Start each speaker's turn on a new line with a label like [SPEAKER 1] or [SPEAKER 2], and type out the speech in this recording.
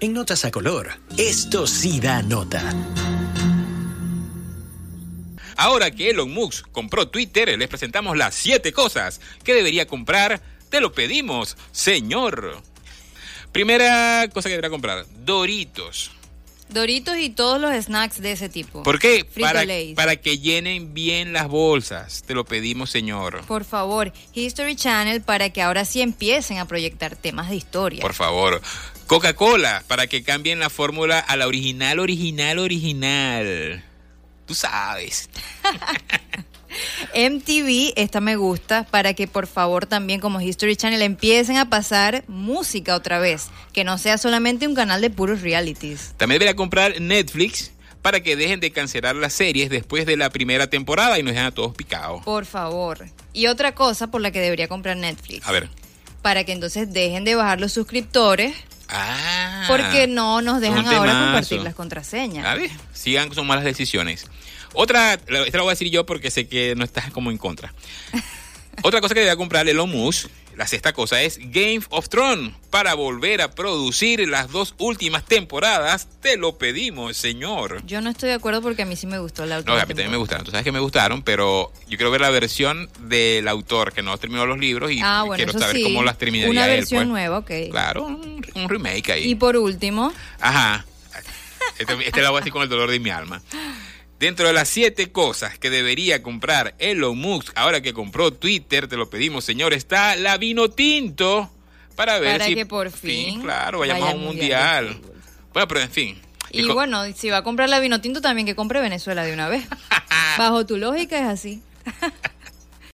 [SPEAKER 1] en Notas a Color. Esto sí da nota.
[SPEAKER 2] Ahora que Elon Musk compró Twitter, les presentamos las 7 cosas que debería comprar. Te lo pedimos, señor. Primera cosa que deberá comprar, Doritos.
[SPEAKER 3] Doritos y todos los snacks de ese tipo.
[SPEAKER 2] ¿Por qué? Para,
[SPEAKER 3] Frito-Lays.
[SPEAKER 2] para que llenen bien las bolsas. Te lo pedimos, señor.
[SPEAKER 3] Por favor, History Channel para que ahora sí empiecen a proyectar temas de historia.
[SPEAKER 2] Por favor. Coca-Cola, para que cambien la fórmula a la original, original, original. Tú sabes.
[SPEAKER 3] MTV, esta me gusta, para que por favor también como History Channel empiecen a pasar música otra vez, que no sea solamente un canal de puros realities.
[SPEAKER 2] También debería comprar Netflix para que dejen de cancelar las series después de la primera temporada y nos dejan a todos picados.
[SPEAKER 3] Por favor. Y otra cosa por la que debería comprar Netflix.
[SPEAKER 2] A ver.
[SPEAKER 3] Para que entonces dejen de bajar los suscriptores,
[SPEAKER 2] Ah.
[SPEAKER 3] porque no nos dejan
[SPEAKER 2] un
[SPEAKER 3] ahora
[SPEAKER 2] temazo.
[SPEAKER 3] compartir las contraseñas.
[SPEAKER 2] A ver, sigan son malas decisiones. Otra, la- esta la voy a decir yo porque sé que no estás como en contra. Otra cosa que debería comprar Elon Musk, la sexta cosa, es Game of Thrones para volver a producir las dos últimas temporadas. Te lo pedimos, señor.
[SPEAKER 3] Yo no estoy de acuerdo porque a mí sí me gustó la
[SPEAKER 2] No,
[SPEAKER 3] última
[SPEAKER 2] a mí también me
[SPEAKER 3] temporada.
[SPEAKER 2] gustaron. Tú sabes que me gustaron, pero yo quiero ver la versión del autor que no terminó los libros y
[SPEAKER 3] Ah, bueno,
[SPEAKER 2] quiero
[SPEAKER 3] eso
[SPEAKER 2] saber
[SPEAKER 3] sí.
[SPEAKER 2] cómo las terminaría
[SPEAKER 3] Una
[SPEAKER 2] él,
[SPEAKER 3] versión
[SPEAKER 2] pues.
[SPEAKER 3] nueva, ok.
[SPEAKER 2] Claro, un, un remake ahí.
[SPEAKER 3] Y por último,
[SPEAKER 2] Ajá. Este, este la voy a decir con el dolor de mi alma. Dentro de las siete cosas que debería comprar Elon Musk, ahora que compró Twitter, te lo pedimos, señor, está la vino tinto para ver
[SPEAKER 3] Para
[SPEAKER 2] si
[SPEAKER 3] que por fin
[SPEAKER 2] claro, vayamos
[SPEAKER 3] vaya
[SPEAKER 2] a un
[SPEAKER 3] al
[SPEAKER 2] mundial.
[SPEAKER 3] Mundial de
[SPEAKER 2] Bueno, pero en fin.
[SPEAKER 3] y
[SPEAKER 2] Dijo-
[SPEAKER 3] bueno, si va a comprar la vino tinto también que compre Venezuela de una vez. Bajo tu lógica es así.